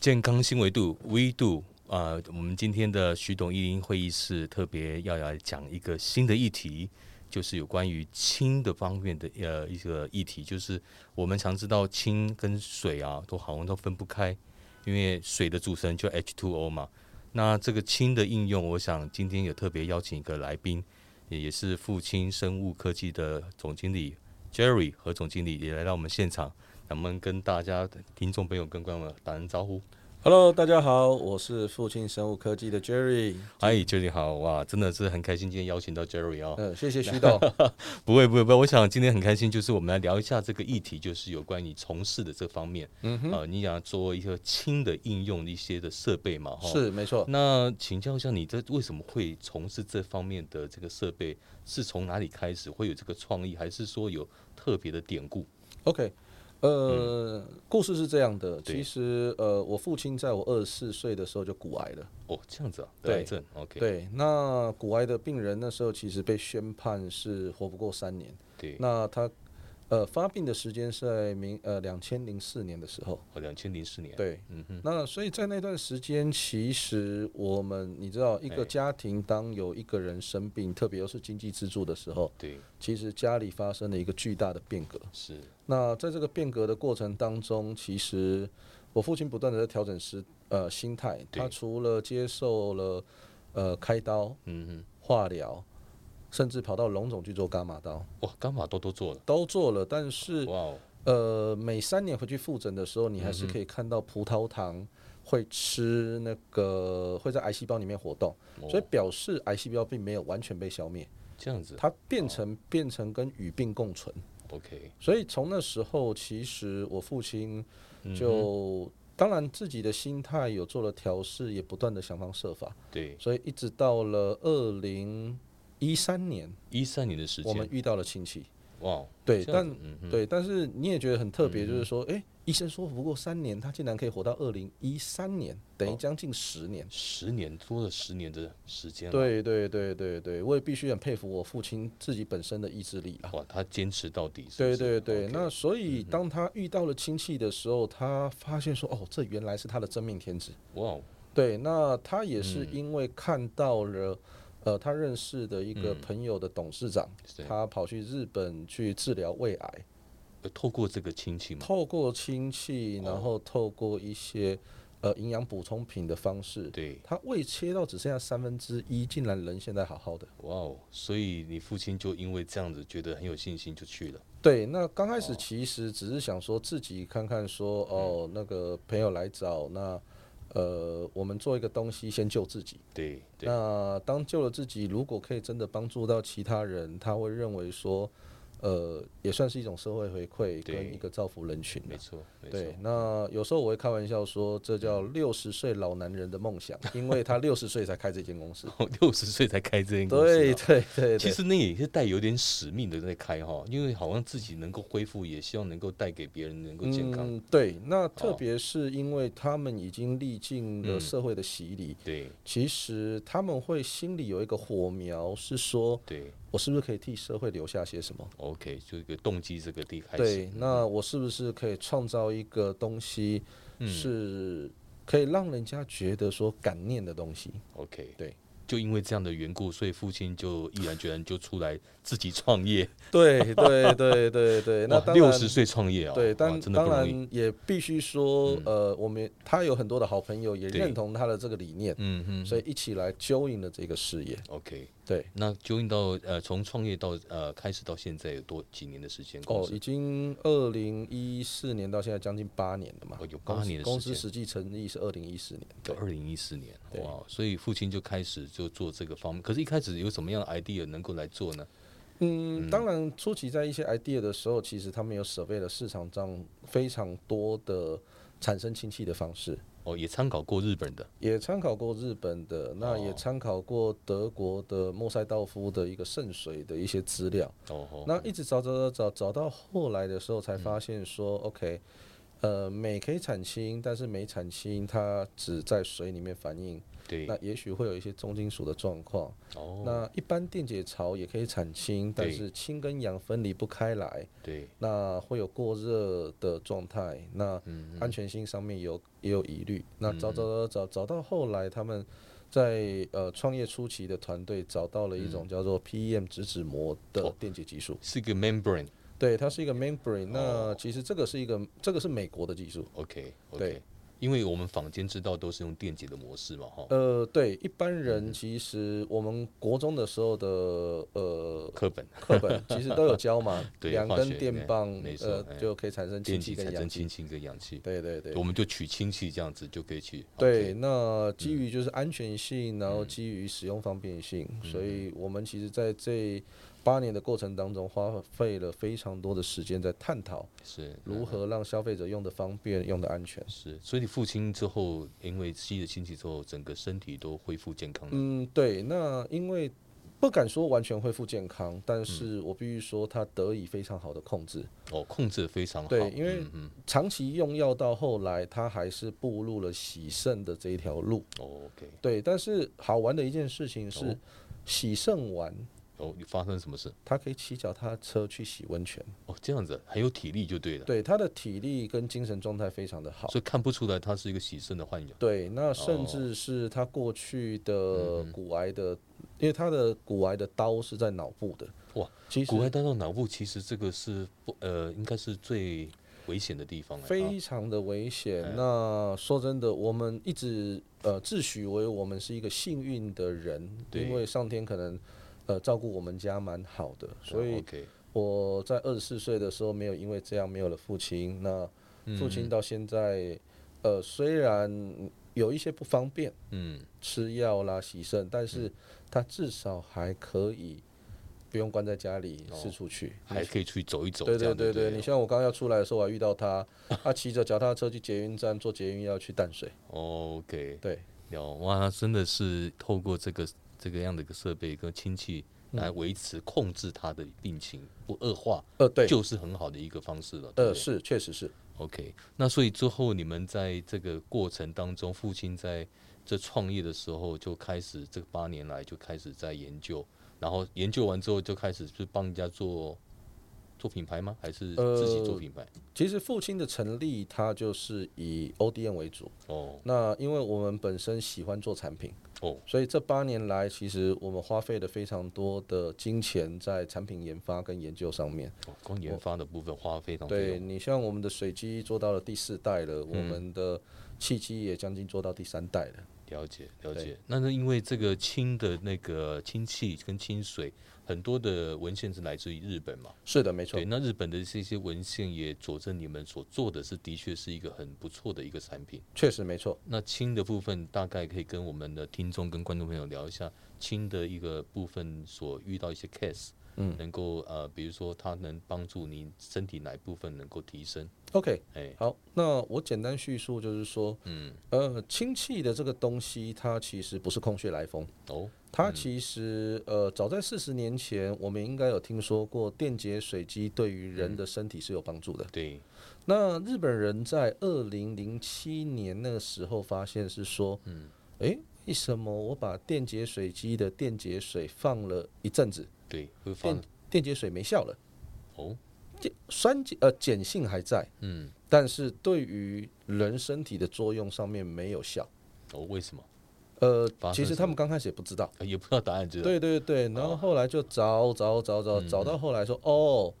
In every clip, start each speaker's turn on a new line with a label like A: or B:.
A: 健康新维度维度。呃，我们今天的徐董一零会议室特别要来讲一个新的议题，就是有关于氢的方面的呃一个议题，就是我们常知道氢跟水啊都好像都分不开，因为水的组成就 H2O 嘛。那这个氢的应用，我想今天有特别邀请一个来宾，也也是富氢生物科技的总经理 Jerry 和总经理也来到我们现场，咱们跟大家听众朋友跟观众打声招呼。
B: Hello，大家好，我是父亲生物科技的 Jerry。
A: 嗨，Jerry 哎好哇，真的是很开心今天邀请到 Jerry 哦。
B: 呃，谢谢徐 董。
A: 不会不会不会，我想今天很开心，就是我们来聊一下这个议题，就是有关于从事的这方面。嗯哼，啊、你想做一个轻的应用的一些的设备嘛？哈。
B: 是没错，
A: 那请教一下，你这为什么会从事这方面的这个设备？是从哪里开始会有这个创意，还是说有特别的典故？
B: OK。呃，故事是这样的，
A: 对
B: 其实呃，我父亲在我二十四岁的时候就骨癌了。
A: 哦，这样子啊，
B: 对
A: 癌症，OK，
B: 对，那骨癌的病人那时候其实被宣判是活不过三年。
A: 对，
B: 那他呃发病的时间是在明呃两千零四年的时候。
A: 哦，两千零四年，
B: 对，
A: 嗯哼，
B: 那所以在那段时间，其实我们你知道，一
A: 哎
B: 个家庭当有一个人生病，特别又是经济支柱的时候，
A: 对，
B: 其实家里发生了一个巨大的变革。
A: 是，
B: 那在这个变革的过程当中，其实我父亲不断的在调整时呃心态，
A: 对
B: 他除了接受了呃开刀、
A: 嗯
B: 化疗，甚至跑到龙总去做伽马刀，
A: 哼，哇，伽马都都做了，
B: 都做了，但是
A: 哇哦，嗯
B: 呃每三年回去复诊的时候，你还是可以看到葡萄糖。会吃那个会在癌细胞里面活动，
A: 哦
B: 所以表示癌细胞并没有完全被消灭，
A: 这样子哦
B: 它变成变成跟与病共存。
A: ，OK，
B: 所以从那时候，其实我父亲
A: 嗯
B: 就、当然自己的心态有做了调试，也不断的想方设法，
A: 对，
B: 所以一直到了二零一三年，
A: 一三年的时
B: 我们
A: 间，
B: 遇到了亲戚。
A: 哇哦，
B: 对，
A: 这样
B: 但
A: 子嗯哼，嗯
B: 对，但是你也觉得很特别，就是说，诶，医生说不过三年，他竟然可以活到二零一三年，
A: 哦
B: 等于将近十年。
A: 十年多了十年的时间，，
B: 对对对对对，我也必须很佩服我父亲自己本身的意志力啦。
A: 哇，他坚持到底是不
B: 对
A: 是，
B: 对对
A: OK，嗯
B: 那所以当他遇到了亲戚的时候，他发现说，哦，这原来是他的真命天子。
A: 哇哦，
B: 对，那他也是
A: 嗯
B: 因为看到了，呃，他认识的一个朋友的董事长，
A: 嗯是
B: 他跑去日本去治疗胃癌，
A: 呃透过这个亲戚嘛，
B: 透过亲
A: 哦
B: 戚，然后透过一些呃营养补充品的方式，
A: 对，
B: 他胃切到只剩下三分之一，竟然人现在好好的。
A: 哇哦，所以你父亲就因为这样子觉得很有信心就去了，
B: 对，那刚
A: 哦
B: 开始其实只是想说自己看看说，
A: 嗯
B: 哦，那个朋友来找，那呃，我们做一个东西先救自己。
A: 对对，
B: 那当救了自己，如果可以真的帮助到其他人，他会认为说，呃，也算是一种社会回馈
A: 对
B: 跟一个造福人群啊
A: 没错没错
B: 对，，那有时候我会开玩笑说，这叫六十岁老男人的梦想，因为他六十岁才开这间公司。
A: 六十岁才 开这间公司啊，
B: 对对对
A: 其
B: 对，
A: 实那也是带有点使命的在开哈，因为好像自己能够恢复，也希望能够带给别人能够健康。
B: 嗯，对，那特
A: 哦
B: 别是因为他们已经历尽了
A: 嗯
B: 社会的洗礼，
A: 对
B: 其实他们会心里有一个火苗，是说
A: 对
B: 我是不是可以替社会留下些什么？
A: ，OK，就一个动机这个地开始。嗯
B: 对，那我是不是可以创造一个东西，是可以让人家觉得说感念的 东西？
A: OK，
B: 对，
A: 就因为这样的缘故，所以父亲就毅然决然就出来自己创业。
B: 对对对对 对， 那当
A: 六
B: 然。
A: 十岁创业啊、
B: 对，
A: 哇
B: 当
A: 真的
B: 当
A: 不容易。嗯
B: 然也必须说，呃，我们他有很多的好朋友也
A: 对
B: 认同他的这个理念，
A: 嗯哼
B: 所以一起来揪引了这个事业。
A: ，OK，
B: 对，
A: 那究竟到呃从创业到呃开始到现在有多几年的时间？公
B: 哦，
A: 司
B: 已经二零一四年到现在将近八年了嘛
A: 哦，有
B: 公
A: 八
B: 司
A: 年的
B: 公
A: 时间
B: 司实际成立是二零一四年，
A: 到二零一四年，
B: 对
A: 哇！所以父亲就开始就做这个方面。可是，一开始有什么样的 idea 能够来做呢？
B: 嗯，当然初期在一些 idea 的时候，其实他们有 survey 了市场上非常多的产生亲戚的方式，
A: 哦，也参考过日本的。
B: 也参考过日本的，那也
A: 哦
B: 参考过德国的莫塞道夫的一个圣水的一些资料，
A: 哦吼，嗯
B: 那一直找找找找找到后来的时候，才发现说、o k 呃，镁可以产氢，但是镁产氢它只在水里面反应，
A: 对，
B: 那也许会有一些重金属的状况。
A: 哦，
B: 那一般电解槽也可以产氢，但
A: 对
B: 是氢跟氧分离不开来，
A: 对，
B: 那会有过热的状态，那
A: 嗯，
B: 安全性上面有也有疑虑。那找找找找找到后来，他们在呃创业初期的团队找到了一种叫做 E PEM 脂脂膜的
A: 嗯哦
B: 电解技术，
A: 是个 membrane。
B: 对，它是一个 membrane。那
A: 哦
B: 其实这个是一个这个是美国的技术。
A: OK，, o
B: 对
A: k 因为我们坊间知道都是用电解的模式嘛，哈、
B: 呃，对，一般人其实我们国中的时候的呃
A: 课本，
B: 课本其实都有教嘛
A: 对
B: 两
A: 化
B: 根
A: 学
B: 电
A: 对
B: 棒
A: 没错
B: 呃
A: 哎
B: 就可以产生氢
A: 电
B: 气
A: 解
B: 跟
A: 产
B: 氧
A: 生
B: 气
A: 氢。气跟氧气，
B: 对对对
A: 我，们就取氢气这样子就可以去。
B: 对，
A: OK，
B: 那基于就是安全性，然后
A: 嗯
B: 基于使用方便性，所以我们其实在这八年的过程当中，花费了非常多的时间在探讨
A: 是
B: 如
A: 嗯
B: 何让消费者用的方便、用的安全。
A: 是，所以你父亲之后，因为吸了氢气之后，整个身体都恢复健康了。
B: 嗯，对，那因为不敢说完全恢复健康，但是我必须说它得以非常好的控制。
A: 哦，控制得非常好。
B: 嗯对因为
A: 嗯嗯
B: 长期用药到后来，它还是步入了洗肾的这一条路。
A: 哦，OK，
B: 对，但是好玩的一件事情
A: 哦
B: 是，洗肾完。
A: 哦，你发生什么事？
B: 他可以骑脚踏车去洗温泉，
A: 哦，这样子很有体力就对了，
B: 对他的体力跟精神状态非常的好。
A: 所以看不出来他是一个喜肾的患者。
B: 对，那
A: 哦
B: 甚至是他过去
A: 嗯
B: 的骨癌的，因为他的骨癌的刀是在脑部的。
A: 哇，
B: 其
A: 骨癌
B: 实
A: 带到脑部，其实这个是不呃，应该是最危险的地方了。啊嗯
B: 非常的危险。那说真的，我们一直呃自诩为我们是一个幸运的人，
A: 对
B: 因为上天可能呃照顾我们家蛮好的，所
A: 哦
B: 以
A: OK，
B: 我在二十四岁的时候没有因为这样没有了父亲。那
A: 嗯
B: 父亲到现在，呃，虽然有一些不方便，
A: 嗯，
B: 吃药啦、洗肾，但是他至少还可以不用关在家里
A: 哦
B: 四处去。
A: 还可以出去走一走。
B: 对
A: 这
B: 对
A: 样
B: 对
A: 对
B: 对，
A: 了，
B: 你像我刚要出来的时候，我啊还遇到他， 他骑着脚踏车去捷运站坐捷运，要去淡水。
A: 哦 OK，
B: 对，
A: 了哇，他真的是透过这个这个样的一个设备跟氢气
B: 嗯
A: 来维持控制他的病情不恶化，
B: 呃，对，
A: 就是很好的一个方式了。对
B: 呃，
A: 不对
B: 是，确实是。
A: OK，那所以之后你们在这个过程当中，父亲在这创业的时候就开始，这八年来就开始在研究，然后研究完之后就开始是帮人家做做品牌吗？还是自己做
B: 呃
A: 品牌？
B: 其实父亲的成立，他就是以 ODM 为主。
A: 哦
B: 那因为我们本身喜欢做产品，
A: 哦，
B: 所以这八年来，其实我们花费了非常多的金钱在产品研发跟研究上面。
A: 哦光研发的部分花非常
B: 对
A: 费用，嗯
B: 你像我们的水机做到了第四代了，我们的气机也将近做到第三代了。
A: 了解了
B: 对
A: 解。那是因为这个氢的那个氢气跟氢水，很多的文献是来自于日本嘛？
B: 是的，没错
A: 对，。那日本的这些文献也佐证你们所做的是的确是一个很不错的一个产品。
B: 确实没错。
A: 那氢的部分大概可以跟我们的听众跟观众朋友聊一下氢的一个部分所遇到一些 case，
B: 嗯
A: 能够呃，比如说它能帮助你身体哪一部分能够提升，
B: OK，
A: 哎，
B: 好，那我简单叙述就是说，
A: 嗯，
B: 呃，氢气的这个东西，它其实不是空穴来风，
A: 哦，
B: 它其实呃，早在四十年前，我们应该有听说过电解水机对于人的身体是有帮助的。
A: 嗯对，
B: 那日本人在二零零七年那个时候发现是说，嗯，诶，为什么我把电解水机的电解水放了一阵子，
A: 对，会发
B: 电电解水没效了，
A: 哦，
B: 碱酸碱呃碱性还在，
A: 嗯，
B: 但是对于人身体的作用上面没有效。
A: 哦，为什么？
B: 呃
A: 发，生
B: 其
A: 什
B: 实
A: 么
B: 他们刚开始也不知道，
A: 呃也不知道答案，哦知道？
B: 对对对，然后后来就找找找找
A: 嗯
B: 找到后来说，哦，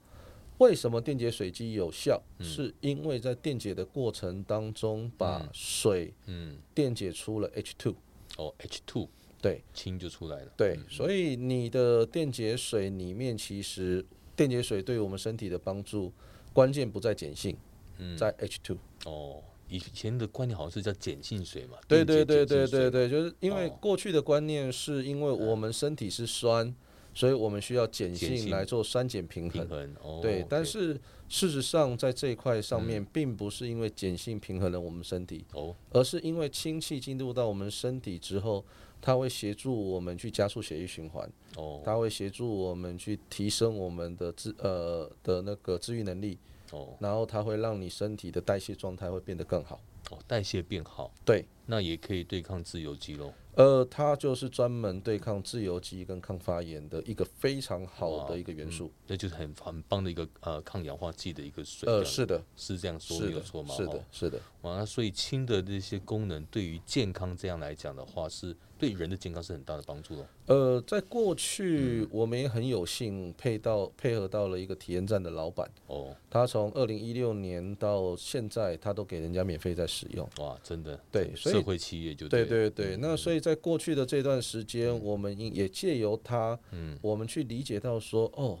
B: 为什么电解水机有效？
A: 嗯
B: 是因为在电解的过程当中把水
A: 嗯，
B: 电解出了 H2，
A: 哦，H two
B: 对
A: 氢就出来嗯了，
B: 对，所以你的电解水里面其实电解水对我们身体的帮助，关键不在碱性，
A: 嗯
B: 在 H2。
A: 哦，以前的观念好像是叫碱性水嘛，
B: 对对
A: 电解碱
B: 对对
A: 性
B: 对
A: 水嘛，
B: 对，就是因为
A: 哦
B: 过去的观念是因为我们身体是酸，所以我们需要碱
A: 碱性
B: 性来做酸碱平衡
A: 平。衡，哦，嗯
B: 对，但是事实上在这一块上面，并不是因为碱性平衡了我们身体，
A: 哦，
B: 而是因为氢气进入到我们身体之后，它会协助我们去加速血液循环，
A: 哦
B: 它会协助我们去提升我们的治呃的那个治愈能力，
A: 哦
B: 然后它会让你身体的代谢状态会变得更好。
A: 哦，代谢变好，
B: 对，
A: 那也可以对抗自由基喽。
B: 呃，它就是专门对抗自由基跟抗发炎的一个非常好的一个元素。
A: 那就是很很棒的一个呃抗氧化剂的一个水这样
B: 呃，
A: 子，
B: 是的，
A: 是这样说
B: 是
A: 没有
B: 的，
A: 错吗？
B: 是
A: 哦
B: 的，是的，
A: 哇，那所以氢的这些功能对于健康这样来讲的话，是对人的健康是很大的帮助咯。
B: 呃，在过去
A: 嗯
B: 我们也很有幸配到配合到了一个体验站的老板，
A: 哦，
B: 他从二零一六年到现在，他都给人家免费在使用。
A: 哦哇，真的，
B: 对
A: 真的
B: 所以
A: 社会企业就
B: 对
A: 对了嗯
B: 对对，那所以在过去的这段时间，我们也也借由它，
A: 嗯
B: 我们去理解到说，哦，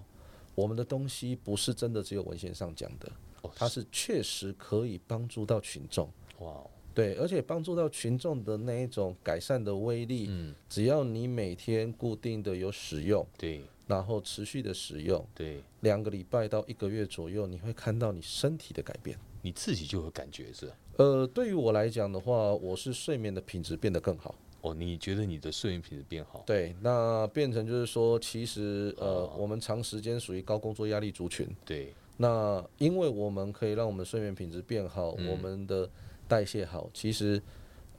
B: 我们的东西不是真的只有文献上讲的，
A: 哦
B: 它是确实可以帮助到群众。
A: 哇，
B: 对，而且帮助到群众的那一种改善的威力，
A: 嗯
B: 只要你每天固定的有使用，
A: 对
B: 然后持续的使用，
A: 对，
B: 两个礼拜到一个月左右，你会看到你身体的改变。
A: 你自己就有感觉是吧
B: 呃，对于我来讲的话，我是睡眠的品质变得更好。
A: 哦，你觉得你的睡眠品质变好，
B: 对，那变成就是说，其实呃，
A: 哦
B: 我们长时间属于高工作压力族群。
A: 对
B: 那因为我们可以让我们睡眠品质变好，我们的代谢好，其实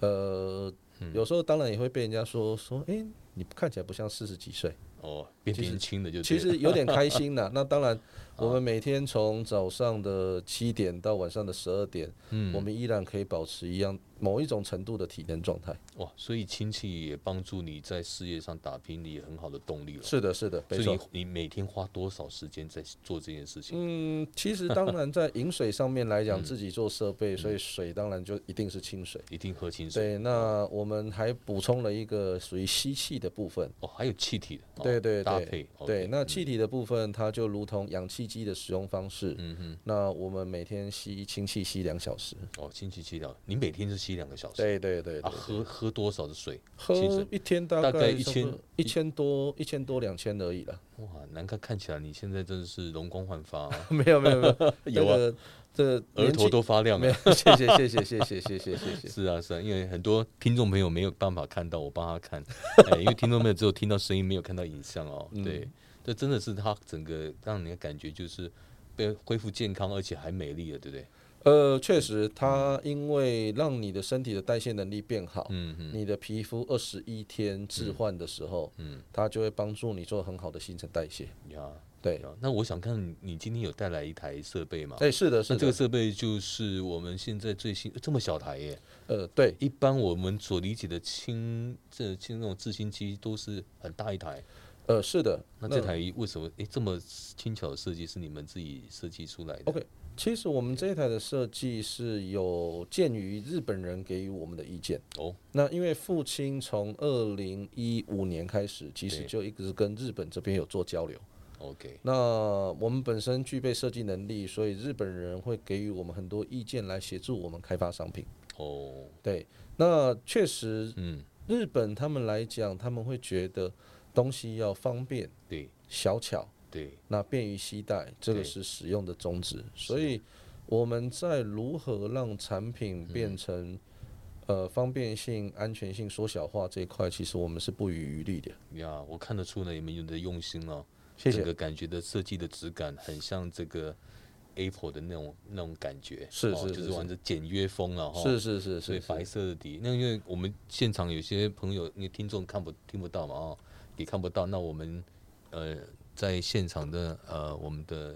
B: 呃，有时候当然也会被人家说说，诶，你看起来不像四十几岁，
A: 哦，变
B: 其实
A: 年轻的就
B: 其
A: 对了
B: 实有点开心啦。那当然，我们每天从早上的七点到晚上的十二点，我们依然可以保持一样某一种程度的体能状态。
A: 哇，所以亲戚也帮助你在事业上打拼，你也很好的动力了。
B: 是的，是的，
A: 所
B: 没
A: 以
B: 错。
A: 你你每天花多少时间在做这件事情？嗯
B: 嗯，其实当然在饮水上面来讲，自己做设备，所以水当然就一定是清水。
A: 一定喝清水哦
B: 对，那我们还补充了一个属于吸气的部分。
A: 哦，还有气体的，哦
B: 对对
A: 搭
B: 对
A: 配，OK，嗯
B: 对，那气体的部分，它就如同氧气机的使用方式。
A: 嗯哼，
B: 那我们每天吸氢气吸两小时。
A: 哦，星期七两，你每天就吸两个小时，
B: 对对对
A: 啊，
B: 对
A: 喝喝多少的水？清
B: 喝
A: 水
B: 一天大
A: 大概
B: 概差不
A: 1000
B: 多一千多一千多两千而已了。，
A: 哇，难看看起来你现在真的是容光焕发、啊
B: 没有没有没有，
A: 有啊
B: 这个，这个
A: 额
B: 年
A: 头
B: 纪
A: 都啊发亮
B: 没有
A: 了。，
B: 谢谢谢谢谢谢谢谢谢谢。
A: 是啊，是啊，因为很多听众朋友没有办法看到，我帮他 看，哎，因为听众朋友只有听到声音，没有看到影像哦。
B: 嗯
A: 对，这真的是他整个让人的感觉就是被恢复健康，而且还美丽了，对不对？
B: 呃，确实，它因为让你的身体的代谢能力变好，
A: 嗯嗯，
B: 你的皮肤二十一天置换的时候，
A: 嗯
B: 它就会帮助你做很好的新陈代谢。
A: 呀，
B: 对，
A: 呀那我想看你你今天有带来一台设备吗？
B: 哎、是的，是
A: 那
B: 的，
A: 这个设备就是我们现在最新这么小台耶，
B: 呃，对，
A: 一般我们所理解的轻这轻那种制氢机都是很大一台，
B: 呃，是的。
A: 那这台为什么诶这么轻巧的设计是你们自己设计出来的？
B: OK 其实我们这一台的设计是有鉴于日本人给予我们的意见。
A: 哦，
B: 那因为父亲从二零一五年开始，其实
A: 对
B: 就一直跟日本这边有做交流。
A: OK，
B: 那我们本身具备设计能力，所以日本人会给予我们很多意见来协助我们开发商品。
A: 哦，
B: 对，那确实，
A: 嗯，
B: 日本他们来讲，他们会觉得东西要方便、
A: 对
B: 小巧，
A: 对，
B: 那便于携带，这个
A: 对
B: 是使用的宗旨。所以我们在如何让产品
A: 嗯
B: 变成、呃方便性、安全性缩小化这一块，其实我们是不遗余力的。
A: 呀，我看得出来你们用的用心了、
B: 谢
A: 整
B: 谢。
A: 个感觉的设计的质感很像这个 Apple 的那种那种感觉，
B: 是
A: 哦
B: 是
A: 就是是
B: 是
A: 玩着简约风了哈、哦，
B: 是是是
A: 所以
B: 是，
A: 白
B: 是
A: 色的底，那因为我们现场有些朋友，因为听众看不听不到嘛，哦，也看不到。那我们呃在现场的呃我们的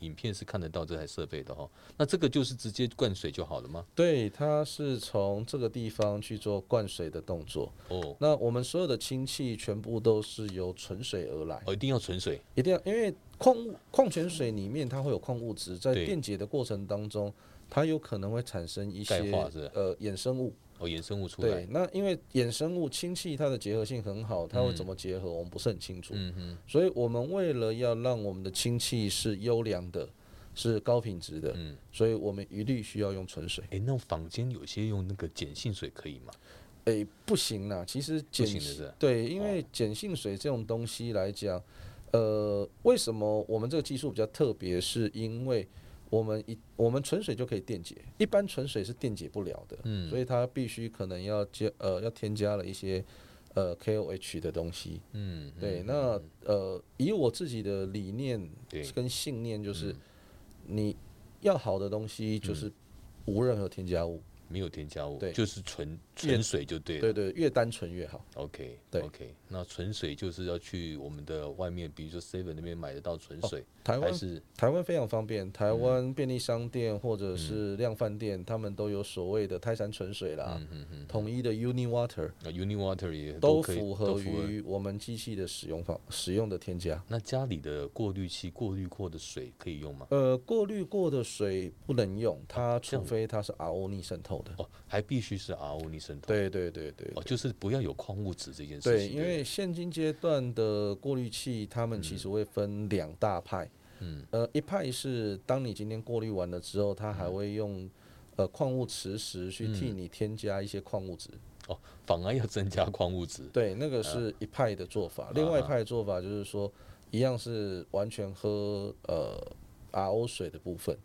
A: 影片是看得到这台设备的哦。那这个就是直接灌水就好了吗？
B: 对，它是从这个地方去做灌水的动作。
A: 哦，
B: 那我们所有的氢气全部都是由纯水而来。
A: 哦，一定要存水
B: 一定要，因为矿物矿泉水里面它会有矿物质，在
A: 对
B: 电解的过程当中，它有可能会产生一些
A: 钙化是吧
B: 呃衍生物。
A: 哦，衍生物出来
B: 对，。那因为衍生物氢气它的结合性很好，它会怎么结合，我们不是很清楚。
A: 嗯哼，
B: 所以我们为了要让我们的氢气是优良的，是高品质的，
A: 嗯
B: 所以我们一律需要用纯水。
A: 诶，哎那房间有些用那个碱性水可以吗？
B: 诶，不行啦，其实碱
A: 行的是吧哦
B: 对，因为碱性水这种东西来讲，呃，为什么我们这个技术比较特别？是因为我们一我们纯水就可以电解，一般纯水是电解不了的，
A: 嗯
B: 所以它必须可能要加呃要添加了一些呃 KOH 的东西。
C: 嗯，
B: 对，那呃，以我自己的理念
A: 对嗯
B: 跟信念，就是你要好的东西，就是无任何添加物。
A: 没有添加物，
B: 对
A: 就是纯纯水就对了。
B: 对对，越单纯越好。
A: OK，
B: 对
A: OK，那纯水就是要去我们的外面，比如说 Seven 那边买得到纯水，
B: 哦台湾
A: 还是
B: 台湾非常方
A: 嗯
B: 便，台湾便利商店或者是量贩店，他们都有所谓的泰山纯水
A: 嗯
B: 啦，统一的 Uni Water，
A: 呃 Uni Water 也
B: 都
A: 可以
B: 符
A: 都
B: 合
A: 符合嗯
B: 于我们机器的使用方使用的添加。
A: 那家里的过滤器过滤过的水可以用吗？
B: 呃，过滤过的水不能用，它
A: 嗯这样
B: 除非它是 RO 逆渗透的。
A: 哦，还必须是 RO 逆渗透。，
B: 对对对对
A: 哦，就是不要有矿物质这件事
B: 对，
A: 情。
B: 因为现今阶段的过滤器，他们其实会分两大派。嗯，呃，一派是当你今天过滤完了之后，它还会用呃矿物磁石去替你添加一些矿物质。
A: 哦，反而要增加矿物质。
B: 对，那个是一派的做法。另外一派的做法就是说，一样是完全喝呃 RO 水的部分。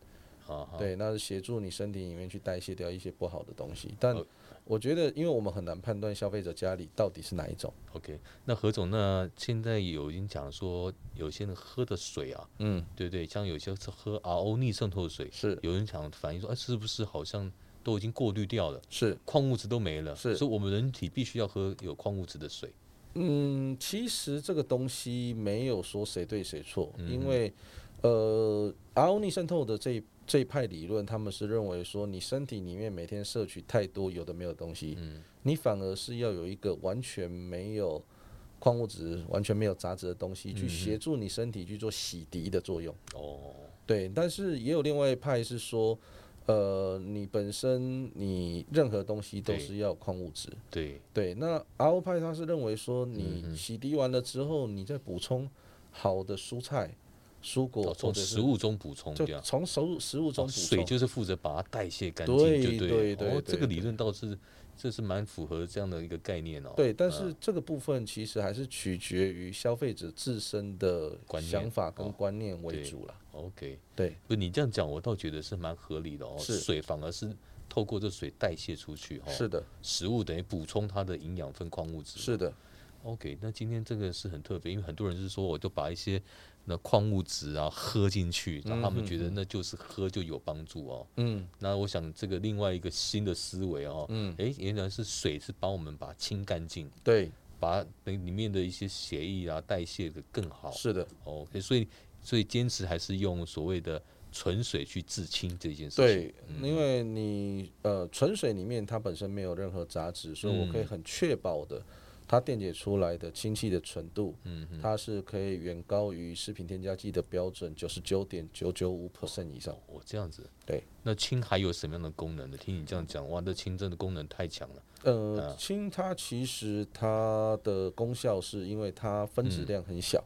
A: 啊哈，
B: 对，那是协助你身体里面去代谢掉一些不好的东西。但
A: 呃
B: 我觉得，因为我们很难判断消费者家里到底是哪一种。
A: OK，那何总，那现在有已经讲说，有些人喝的水啊，
B: 嗯，
A: 对对，像有些是喝 RO 逆渗透的水，
B: 是
A: 有人想反映说，哎、是不是好像都已经过滤掉了，
B: 是。
A: 矿物质都没了，
B: 是
A: 所以我们人体必须要喝有矿物质的水。
B: 嗯，其实这个东西没有说谁对谁错，
A: 嗯
B: 因为呃，RO 逆渗透的这一这一派理论，他们是认为说，你身体里面每天摄取太多有的没有的东西，
A: 嗯
B: 你反而是要有一个完全没有矿物质、完全没有杂质的东西，去协助你身体去做洗涤的作用。
A: 哦，
B: 对，但是也有另外一派是说，呃，你本身你任何东西都
A: 对
B: 是要有矿物质。
A: 对，嗯
B: 对，那 RO 派他是认为说，你洗涤完了之后，你再补充好的蔬菜、蔬果
A: 哦，
B: 或
A: 从
B: 者是
A: 食物中补充这
B: 就
A: 样。
B: 从食物食物中
A: 哦
B: 补
A: 水
B: 充。
A: 就是负责把它代谢干净，
B: 对
A: 就
B: 对
A: 了。哦这
B: 对，
A: 个
B: 对
A: 理论倒是，这是蛮符合这样的一个概念哦。
B: 对，但是这个部分其实还是取决于消费者自身的
A: 观念
B: 想法跟
A: 哦
B: 观念为
A: 对
B: 主啦。
A: ，OK，
B: 对，
A: 不，你这样讲我倒觉得是蛮合理的哦。
B: 是
A: 水反而是透过这水代谢出去哦，
B: 是的，
A: 食物等于补充它的营养分矿物质。
B: 是的，
A: OK，那今天这个是很特别，因为很多人是说，我就把一些那矿物质啊喝进去，让他们觉得那就是喝就有帮助哦。
B: 嗯，
A: 那我想这个另外一个新的思维哦，嗯，诶，原来是水是帮我们把它清干净，
B: 对，
A: 把那里面的一些血液啊代谢的更好。
B: 是的，
A: OK，所以所以坚持还是用所谓的纯水去治清这件事情。嗯
B: 对，因为你呃纯水里面它本身没有任何杂质，
A: 嗯
B: 所以我可以很确保的，它电解出来的氢气的纯度，嗯，它是可以远高于食品添加剂的标准九十九点九九五 percent 以上。
A: 哦，这样子。
B: 对。
A: 那氢还有什么样的功能呢？听你这样讲，哇，那氢真的功能太强了。
B: 呃，
A: 啊
B: 氢它其实它的功效是因为它分子量很小，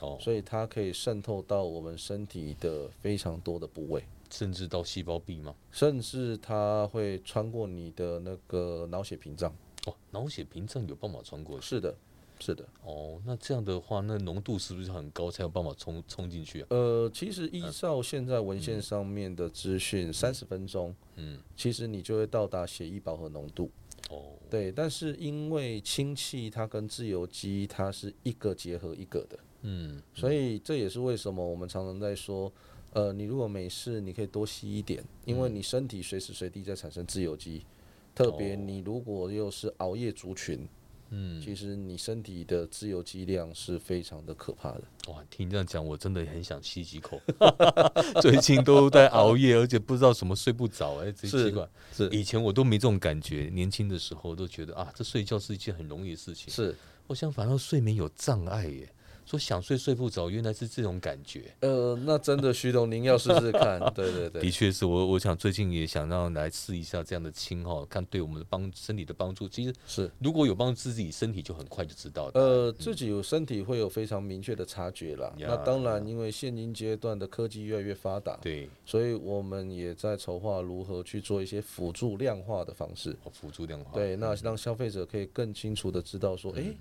A: 哦，
B: 所以它可以渗透到我们身体的非常多的部位。
A: 甚至到细胞壁吗？
B: 甚至它会穿过你的那个脑血屏障，
A: 哦，脑血屏障有办法穿过去
B: 是的，是的。
A: 哦。那这样的话，那浓度是不是很高才有办法冲冲进去啊？
B: 呃，其实依照现在文献上面的资讯，三十分钟，嗯，其实你就会到达血液饱和浓度。
A: 哦，
B: 对，但是因为氢气它跟自由基它是一个结合一个的，
A: 嗯，
B: 所以这也是为什么我们常常在说，呃，你如果没事，你可以多吸一点，因
A: 嗯
B: 为你身体随时随地在产生自由基，特别
A: 哦
B: 你如果又是熬夜族群，嗯，其实你身体的自由基量是非常的可怕的。
A: 哇，听你这样讲，我真的很想吸几口。 最近都在熬夜，而且不知道什么睡不着，哎，真
B: 是
A: 奇怪。
B: 是
A: 以前我都没这种感觉，年轻的时候都觉得啊，这睡觉是一件很容易的事情。
B: 是，
A: 我想反而睡眠有障碍耶，说想睡睡不着，原来是这种感觉。
B: 呃，那真的，徐董，您要试试 看。对对
A: 的
B: 对，
A: 确是我，我想最近也想让来试一下这样的氢哈，看对我们的帮身体的帮助。其实
B: 是。
A: 如果有帮助自己，身体就很快就知道的。
B: 呃，自己有身体会有非常明确的察觉啦。
A: 呀
B: 那当然，因为现今阶段的科技越来越发达，
A: 对，
B: 所以我们也在筹划如何去做一些辅助量化的方式。嗯
A: 哦辅助量化。
B: 对，那让消费者可以更清楚的知道说，诶，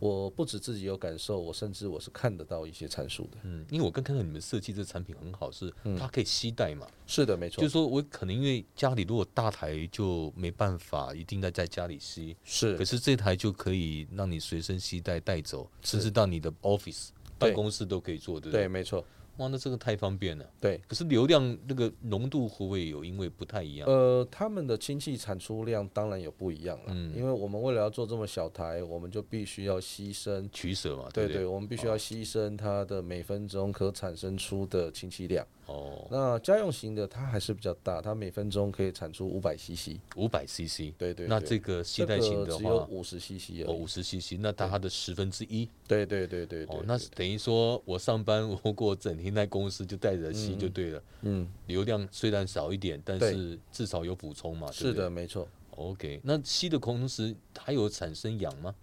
B: 我不止自己有感受，我甚至我是看得到一些参数的。
A: 嗯，因为我刚看到你们设计这产品很好，是它可以携带嘛，
B: 是的，没
A: 就
B: 错
A: 是，说我可能因为家里如果大台就没办法，一定在在家里吸，可
B: 是
A: 是这台就可以让你随身携带带走，
B: 是
A: 甚至到你的 office
B: 对
A: 办公室都可以做，对不
B: 对，？没错，
A: 哇，那这个太方便了。
B: 对。
A: 可是流量那个浓度会不会有因为不太一样？
B: 呃，他们的氢气产出量当然有不一样了，
A: 嗯
B: 因为我们为了要做这么小台，我们就必须要牺牲，
A: 取舍嘛，
B: 对
A: 不啊对？
B: 我们必须要牺牲它的每分钟可产生出的氢气量。
A: 哦，
B: 那家用型的它还是比较大，它每分钟可以产出五百 CC，
A: 五百 CC，
B: 对对
A: 那
B: 对
A: 这个携
B: 这
A: 带型
B: 个
A: 的
B: 只
A: 话，
B: 有五十 CC 而
A: 哦，
B: 已。
A: 五十 CC，那它的十分之一
B: 对对对对对
A: 哦，那是等于说我上班，我如果整天在公司就带着吸就对了。
B: 嗯，
A: 流量虽然少一点，但
B: 对
A: 是至少有补充嘛。对
B: 是
A: 不对
B: 的，没错。
A: OK，那吸的同时还有产生氧吗？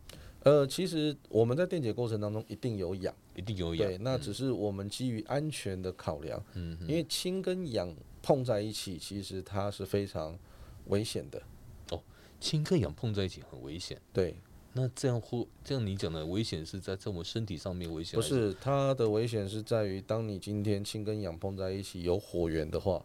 B: 呃，其实我们在电解过程当中一定有氧，
A: 一定有氧
B: 对，。那只是我们基于安全的考量，
A: 嗯
B: 因为氢跟氧碰在一起，其实它是非常危险的。
A: 哦氢跟氧碰在一起很危险。
B: 对，
A: 那这样或这样你讲的危险是在在我们身体上面危险，
B: 不？是它的危险是在于，当你今天氢跟氧碰在一起有火源的话，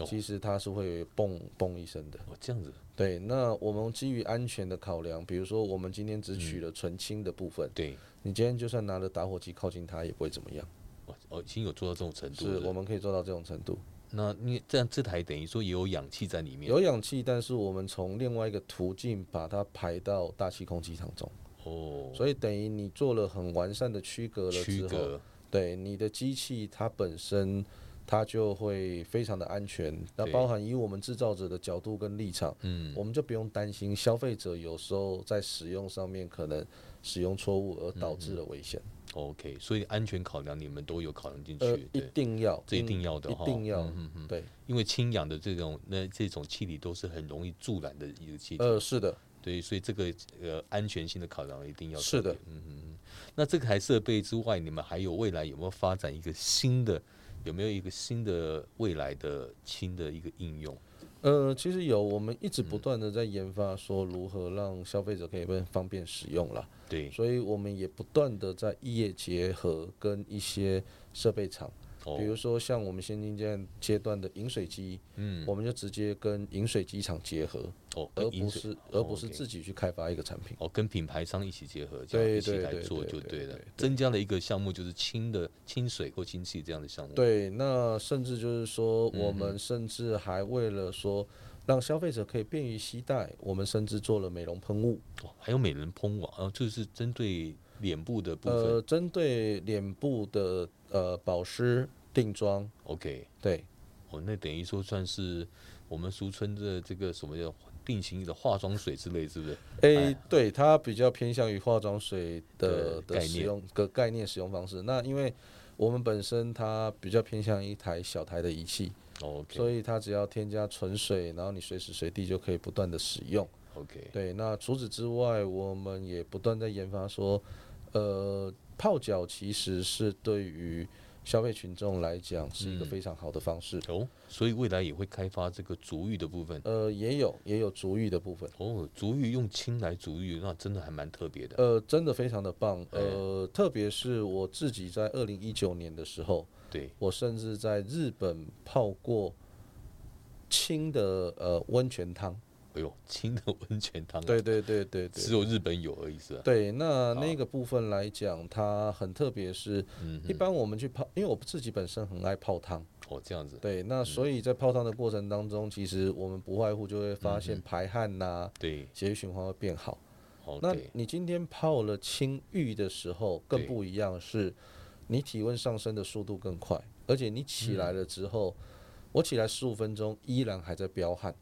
A: 哦
B: 其实它是会嘣嘣一声的。
A: 哦，这样子。
B: 对，那我们基于安全的考量，比如说我们今天只取了纯氢的部分，
A: 嗯对，
B: 你今天就算拿了打火机靠近它也不会怎么样。
A: 哦哦，已经有做到这种程度
B: 是
A: 了
B: 我们可以做到这种程度，
A: 那你这样这台等于说也有氧气在里面。
B: 有氧气，但是我们从另外一个途径把它排到大气空气当中。
A: 哦，
B: 所以等于你做了很完善的区隔了
A: 区
B: 之后，
A: 隔。
B: 对你的机器它本身它就会非常的安全。那
A: 对
B: 包含以我们制造者的角度跟立场，
A: 嗯，
B: 我们就不用担心消费者有时候在使用上面可能使用错误而导致了危险。
A: OK，所以安全考量你们都有考量进去，
B: 呃，一
A: 对，
B: 定要，
A: 这一定要的
B: 一
A: 哈，
B: 定要，
A: 嗯嗯
B: 对，
A: 因为氢氧的这种那这种气体都是很容易助燃的一个气体，
B: 呃，是的，
A: 对，所以这个呃安全性的考量一定要
B: 是的
A: 特别，嗯嗯嗯。那这台设备之外，你们还有未来有没有发展一个新的，有没有一个新的未来的氢的一个应用？
B: 呃，其实有，我们一直不断的在研发，说如何让消费者可以更方便使用啦。
A: 对，
B: 所以我们也不断的在业结合跟一些设备厂，
A: 哦
B: 比，如说像我们现今阶阶段的饮水机，
A: 嗯，
B: 我们就直接跟饮水机厂结合，
A: 哦，
B: 而
A: 跟饮
B: 不
A: 水
B: 是而不是
A: OK
B: 自己去开发一个产品。
A: 哦，跟品牌商一起结合，这样
B: 对
A: 一起
B: 对
A: 来
B: 对
A: 做
B: 对
A: 就
B: 对
A: 对
B: 对
A: 了
B: 对。
A: 增加了一个项目，就是氢的氢水或氢气这样的项目。，
B: 对，那甚至就是说，
A: 嗯
B: 我们甚至还为了说让消费者可以便于携带，我们甚至做了美容喷雾，
A: 哦、还有美人喷网，呃，就是针对脸部的部分。
B: 呃，针对脸部的呃保湿定妆，
A: OK，
B: 呃对，
A: 哦，那等于说算是我们俗称的这个什么叫定型的化妆水之类，是不是？
B: 诶、哎对，它比较偏向于化妆水的
A: 的概
B: 的使
A: 念
B: 用的概念使用方式。那因为我们本身它比较偏向一台小台的仪器，
A: 哦
B: 所以它只要添加纯水，然后你随时随地就可以不断的使用。
A: ，OK，OK，
B: 对，那除此之外，我们也不断在研发说，呃，泡脚其实是对于消费群众来讲是一个
A: 嗯
B: 非常好的方式。
A: 哦，所以未来也会开发这个足浴的部分。
B: 呃，也有也有足浴的部分。
A: 哦，足浴用氢来足浴，那真的还蛮特别的。
B: 呃，真的非常的棒。
A: 哎
B: 呃，特别是我自己在二零一九年的时
A: 哦
B: 候，
A: 对，
B: 我甚至在日本泡过清的呃温泉汤。
A: 哎呦，氢的温泉汤、啊，啊
B: 对对对对
A: 只
B: 对。
A: 有日本有而已，是吧？
B: 对，那那个部分来讲，它很特别，是
A: 嗯哼
B: 一般我们去泡，因为我自己本身很爱泡汤，
A: 哦，这样子。
B: 对，那所以在泡汤的过程当中，其实我们不外乎就会发现排汗呐、
A: 嗯对，
B: 血液循环会变好。
A: 哦，
B: 那
A: 对，
B: 你今天泡了清浴的时候，更
A: 对
B: 不一样是，你体温上升的速度更快，而且你起
A: 嗯
B: 来了之后，我起来十五分钟依然还在飙汗。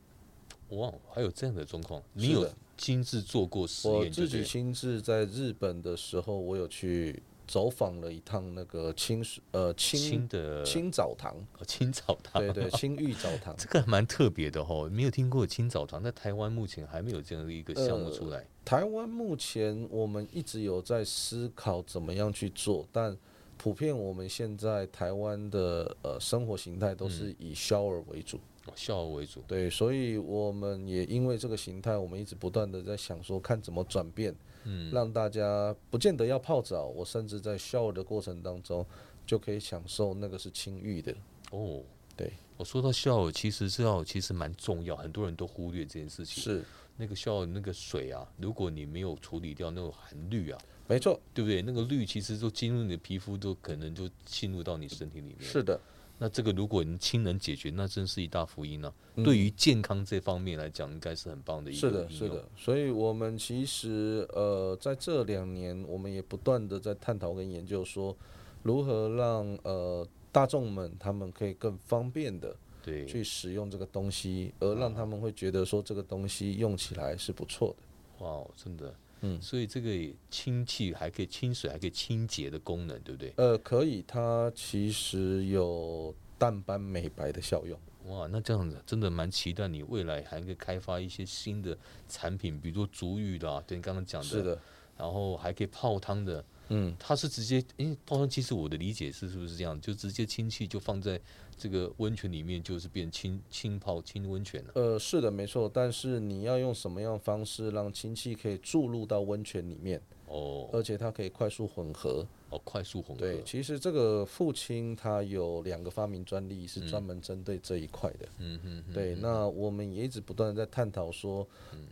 A: 哇，还有这样的状况，
B: 是
A: 你有
B: 的
A: 亲自做过实
B: 我
A: 验就对
B: 自己
A: 了？
B: 亲自在日本的时候，我有去走访了一趟那个清水呃
A: 亲
B: 清
A: 的
B: 清澡堂，
A: 哦青澡堂，
B: 对对，清浴澡堂。
A: 这个还蛮特别的哦，没有听过青澡堂，在台湾目前还没有这样的一个项目出来。
B: 台湾目前我们一直有在思考怎么样去做，但普遍我们现在台湾的呃生活形态都是
A: 嗯
B: 以 shower 为主，
A: 哦笑为主，
B: 对，所以我们也因为这个形态，我们一直不断的在想说看怎么转变，嗯，让大家不见得要泡澡，我甚至在 shower 的过程当中就可以享受那个是清浴的。
A: 哦，
B: 对，
A: 我说到笑，其实笑其实蛮重要，很多人都忽略这件事情。
B: 是，
A: 那个笑那个水啊，如果你没有处理掉那种含氯啊，
B: 没错，
A: 对不对？那个氯其实都进入你的皮肤，都可能就侵入到你身体里面。
B: 是的，
A: 那这个如果你亲能解决，那真是一大福音啊！对于健康这方面来讲，应该是很棒的一个
B: 嗯是的，
A: 应
B: 是
A: 用
B: 的。。所以我们其实呃，在这两年，我们也不断的在探讨跟研究说，如何让呃大众们他们可以更方便的
A: 对，
B: 去使用这个东西，而让他们会觉得说这个东西用起来是不错的。
A: 哇哦，真的，
B: 嗯
A: 所以这个也清气还可以清水，还可以清洁的功能，对不对？
B: 呃，可以，它其实有淡斑美白的效用。
A: 哇，那这样子真的蛮期待你未来还可以开发一些新的产品，比如说足浴的、啊，对你刚刚讲
B: 是的，
A: 然后还可以泡汤的，
B: 嗯，
A: 它是直接，因为泡汤其实我的理解是是不是这样，就直接氢气就放在这个温泉里面，就是变清清泡清温泉了、
B: 呃，是的，没错。但是你要用什么样的方式让氢气可以注入到温泉里面，
A: 哦
B: 而且它可以快速混合？
A: 哦，快速混合
B: 对，，其实这个父亲他有两个发明专利是专门针对这一块的。
A: 嗯哼哼，嗯
B: 对，那我们也一直不断的在探讨说，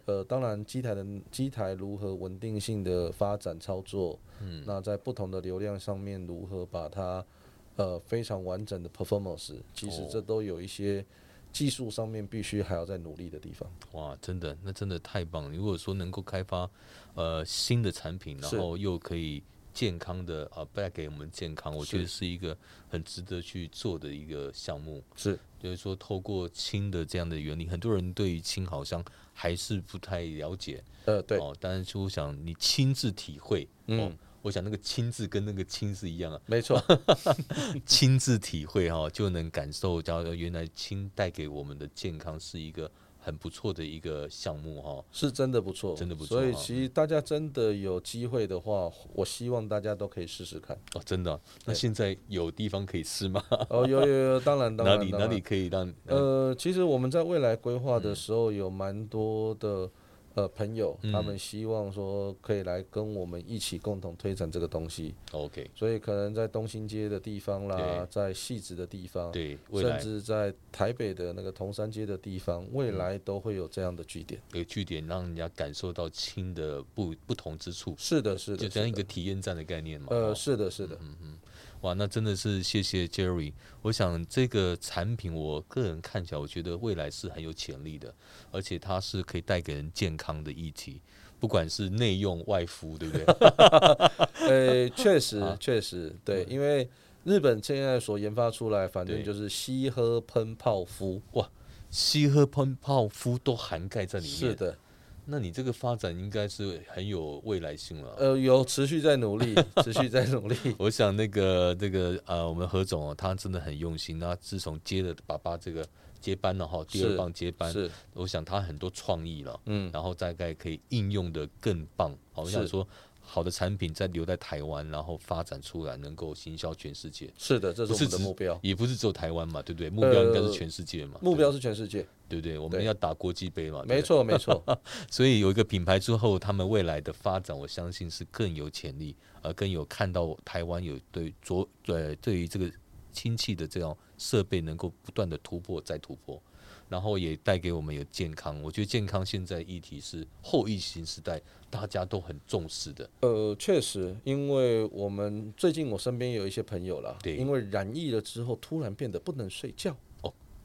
B: 呃，当然机台的机台如何稳定性的发展操作，嗯，那在不同的流量上面如何把它呃非常完整的 performance，其实
A: 哦
B: 这都有一些技术上面必须还要再努力的地方。
A: 哇，真的，那真的太棒了！如果说能够开发呃新的产品，然
B: 是
A: 后又可以健康的啊带给我们健康，我觉
B: 是
A: 得是一个很值得去做的一个项目。
B: 是
A: 就是说，透过氢的这样的原理，很多人对于氢好像还是不太了解。
B: 呃，对，
A: 哦，但是我想你亲自体会，哦
B: 嗯，，
A: 我想那个“亲”自跟那个“氢”是一样啊，
B: 没错，
A: 亲自体会哈、哦，就能感受到原来氢带给我们的健康是一个很不错的一个项目哈、哦。
B: 是真的不错，
A: 真的不错啊嗯
B: 所以
A: 哈
B: 其实大家真的有机会的话，我希望大家都可以试试看。
A: 哦，真的啊、那
B: 对
A: 现在有地方可以试吗？
B: 哦，有有有，当然当
A: 哪
B: 然，
A: 里
B: 当
A: 哪
B: 然
A: 里可以让？呃，
B: 呃，其实我们在未来规划
A: 嗯
B: 的时候，有蛮多的呃朋友，他
A: 嗯
B: 们希望说可以来跟我们一起共同推展这个东西，
A: OK，
B: 所以可能在东兴街的地方啦
A: 对，
B: 在戏子的地方，
A: 对，未
B: 啊甚
A: 来嗯
B: 至在台北的那个铜山街的地方，未来都会有这样的据点。
A: 有据点让人家感受到氢的不不同之处，
B: 是的，是
A: 嗯就
B: 的，
A: 这样
B: 是
A: 一
B: 的
A: 个体验站的概念嘛。
B: 呃，
A: 哦
B: 是的，是的，
A: 哇，那真的是谢谢 Jerry。我想这个产品，我个人看起来，我觉得未来是很有潜力的，而且它是可以带给人健康的议题，不管是内用外敷，对不 对？
B: 呃，确实
A: 啊，
B: 确实，对，因为日本现在所研发出来，反正
A: 对
B: 就是吸喝喷泡敷，
A: 吸喝喷泡敷都涵盖在里面。
B: 是，的。
A: 那你这个发展应该是很有未来性了。
B: 呃，有持续在 努力，持续在努力。
A: 我想那个这个呃，我们何总哦，他真的很用心。那自从接了爸爸这个接班了哈，第二
B: 是
A: 棒接班，
B: 是，
A: 我想他很多创意了。
B: 嗯，
A: 然后大概可以应用的更棒。好，我想
B: 是
A: 说，好的产品再留在台湾，然后发展出来，能够行销全世界，
B: 是的，这是
A: 不
B: 我
A: 是
B: 们的
A: 只
B: 目标，
A: 也不是只有台湾嘛，对不对？目标应该是
B: 呃
A: 全世界嘛，
B: 目
A: 对
B: 标
A: 不
B: 是全世界。
A: 对对对，我们
B: 对
A: 要打国际杯嘛，对不
B: 没
A: 对。
B: 错，没错，
A: 所以有一个品牌之后，他们未来的发展，我相信是更有潜力，呃，更有看到台湾有对着呃对于这个氢气的这种设备能够不断的突破再突破，然后也带给我们有健康。我觉得健康现在议题是后疫情时代大家都很重视的，
B: 呃，确实，因为我们最近我身边有一些朋友啦，
A: 对
B: 因为染疫了之后，突然变得不能睡觉。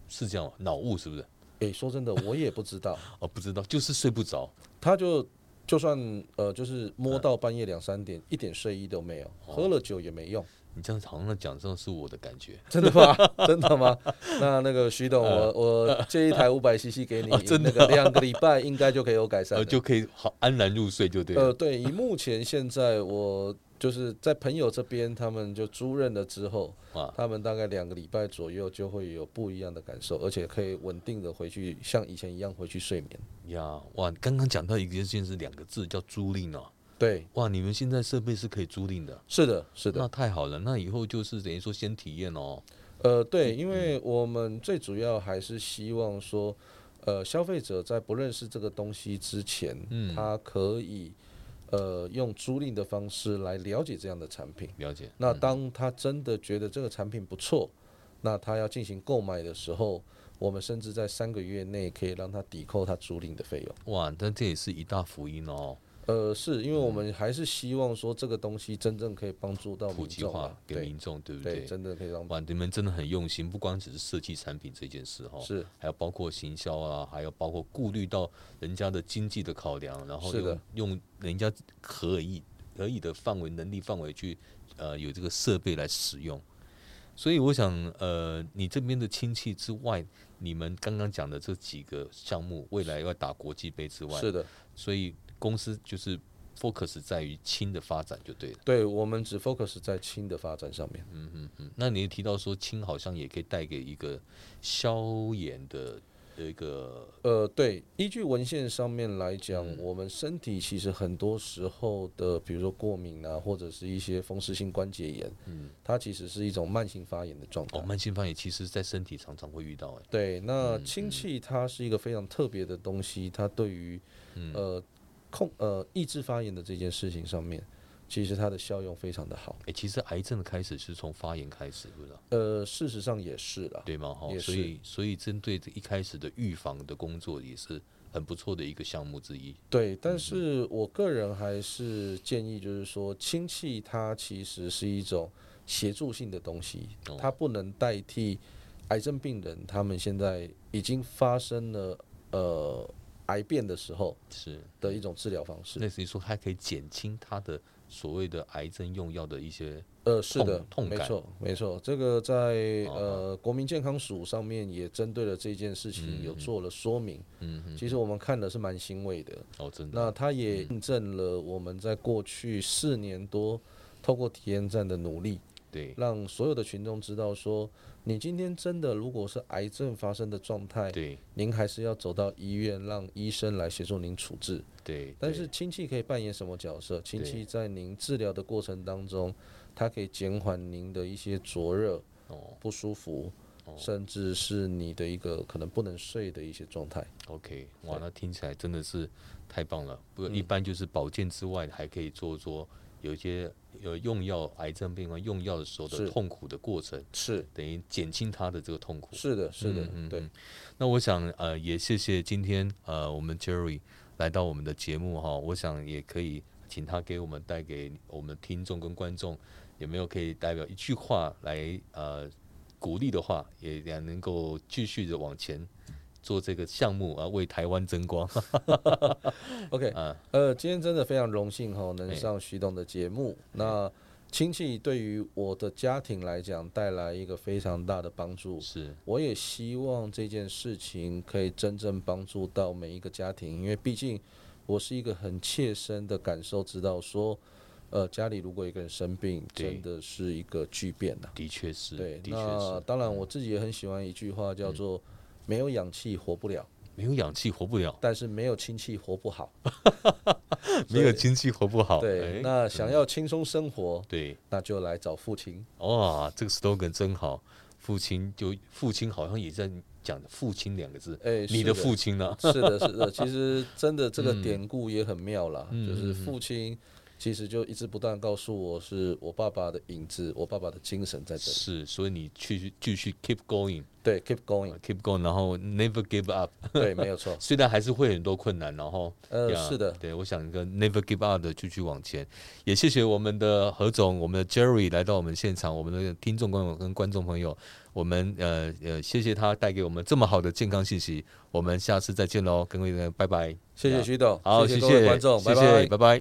A: 是这样吗？脑雾是不是？
B: 诶，说真的，我也不知 道，
A: 哦，不知道，就是睡不着。
B: 他就就算呃，就是摸
A: 啊
B: 到半夜两三点，一点睡意都没有，
A: 哦
B: 喝了酒也没用。
A: 你这样好像讲，这样是我的感觉。
B: 真的吗？ 真的 吗？那那个徐董，我我借一台五百 CC 给你，
A: 呃哦真
B: 那个两个礼拜应该就可以有改善
A: 呃，
B: 了。
A: 就可以好安然入睡就对了。
B: 啊呃，对，以目前现在我就是在朋友这边，他们就租任了之后，
A: 哇，
B: 他们大概两个礼拜左右就会有不一样的感受，而且可以稳定的回去像以前一样回去睡眠。
A: 呀，哇，刚刚讲到一件事情是两个字叫租赁哦。
B: 对，
A: 哇，你们现在设备是可以租赁的，
B: 是的，是
A: 那
B: 的，
A: 太好了。那以后就是等于说先体验哦。
B: 呃，对，
A: 嗯
B: 因为我们最主要还是希望说，呃，消费者在不认识这个东西之前，
A: 嗯
B: 他可以呃用租赁的方式来了解这样的产品。
A: 了解。嗯
B: 那当他真的觉得这个产品不错，那他要进行购买的时候，我们甚至在三个月内可以让他抵扣他租赁的费用。
A: 哇，但这也是一大福音哦，
B: 呃，是因为我们还是希望说这个东西真正可以帮助到
A: 普
B: 民
A: 及
B: 众啊
A: 化给
B: 对
A: 民众，对不
B: 对，真的可以让
A: 哇，你们真的很用心，不光只是设计产品这件事哈、哦，
B: 是
A: 还有包括行销啊，还有包括顾虑到人家的经济的考量，然后
B: 是的
A: 用用人家可以可以的范围、能力范围去呃有这个设备来使用。所以我想，呃，你这边的亲戚之外，你们刚刚讲的这几个项目，未来要打国际杯之外，
B: 是的，
A: 所以公司就是 focus 在于轻的发展就对了。
B: 对我们只 focus 在轻的发展上面。
A: 嗯，那你也提到说氢好像也可以带给一个消炎的一个
B: 呃，对，依据文献上面来讲，
A: 嗯
B: 我们身体其实很多时候的，比如说过敏啊，或者是一些风湿性关节炎，嗯，它其实是一种慢性发炎的状态。
A: 哦，慢性发炎，其实在身体常常会遇到哎，
B: 对，那氢气它是一个非常特别的东西，它对于、
A: 嗯
B: 呃控呃抑制发炎的这件事情上面，其实它的效用非常的好。
A: 哎，其实癌症的开始是从发炎开始，不知道
B: 呃，事实上也是啦，
A: 对吗？哈，
B: 也
A: 所
B: 是
A: 以所以针对这一开始的预防的工作也是很不错的一个项目之一。嗯
B: 对，但是我个人还是建议，就是说，氢气它其实是一种协助性的东西，
A: 哦
B: 它不能代替癌症病人他们现在已经发生了呃癌变的时候
A: 是
B: 的一种治疗方式。
A: 类似于说它可以减轻它的所谓的癌症用药的一些
B: 呃，是的，
A: 痛痛
B: 没
A: 感哦
B: 错，没错，这个在呃国民健康署上面也针对了这件事情有做了说明。
A: 嗯
B: 嗯，其实我们看的是蛮欣慰的。
A: 哦，真的
B: 那它也印证了我们在过去四年多透过体验站的努力，
A: 对
B: 让所有的群众知道说，你今天真的如果是癌症发生的状态，
A: 对
B: 您还是要走到医院，让医生来协助您处置。
A: 对，
B: 但
A: 对
B: 是亲戚可以扮演什么角色？亲
A: 对
B: 戚在您治疗的过程当中，他可以减缓您的一些灼热、
A: 哦
B: 不舒服，甚至是你的一个可能不能睡的一些状态。
A: OK，哇，那听起来真的是太棒了。不，
B: 嗯
A: 一般就是保健之外，还可以做做有一些呃用药，癌症病患用药的时候的
B: 是
A: 痛苦的过程，
B: 是
A: 等于减轻他的这个痛苦。
B: 是的，是的，
A: 嗯嗯
B: 对。
A: 那我想呃，也谢谢今天呃我们 Jerry 来到我们的节目哈，我想也可以请他给我们带给我们听众跟观众有没有可以代表一句话来呃鼓励的话，也也能够继续的往前做这个项目啊，为台湾争光。
B: OK，、呃，今天真的非常荣幸哈、能
A: 啊哎
B: 上徐董的节目。那亲戚对于我的家庭来讲带来一个非常大的帮助。
A: 是。
B: 我也希望这件事情可以真正帮助到每一个家庭，因为毕竟我是一个很切身的感受，知道说，呃，家里如果有一个人生病，
A: 对
B: 真的是一个巨变呐、
A: 的确是，嗯
B: 对，
A: 的确
B: 那
A: 是，
B: 当然我自己也很喜欢一句话叫做“没有氧气活不了，
A: 没有氧气活不了，
B: 但是没有亲戚活不好”。
A: 没有经济活不好。
B: 对，
A: 哎
B: 那想要轻松生活，
A: 对，
B: 那就来找父亲。
A: 哇，这个 slogan 真好。父亲就父亲好像也在讲“父亲”两个字，
B: 哎
A: 你
B: 是
A: 的
B: 的
A: 父亲 呢？
B: 是的，是的，其实真的这个
A: 嗯
B: 典故也很妙啦，就是父亲其实就一直不断告诉我，是我爸爸的影子，我爸爸的精神在这里。
A: 是，所以你去继续 keep going，keep
B: 对，keep going，
A: going，然后 never give up。。
B: 对，没有错
A: 虽然还是会很多困难，然后
B: 呃
A: 呀
B: 是的
A: 对我想跟 never give up 的继续往前，也谢谢我们的何总，我们的 Jerry 来到我们现场，我们的听众朋友跟观众朋友，我们呃呃谢谢他带给我们这么好的健康信息，我们下次再见喽，各位拜拜，
B: 谢谢徐董，
A: 好，
B: 谢
A: 谢
B: 各位观众，
A: 谢
B: 拜拜
A: 谢，拜拜。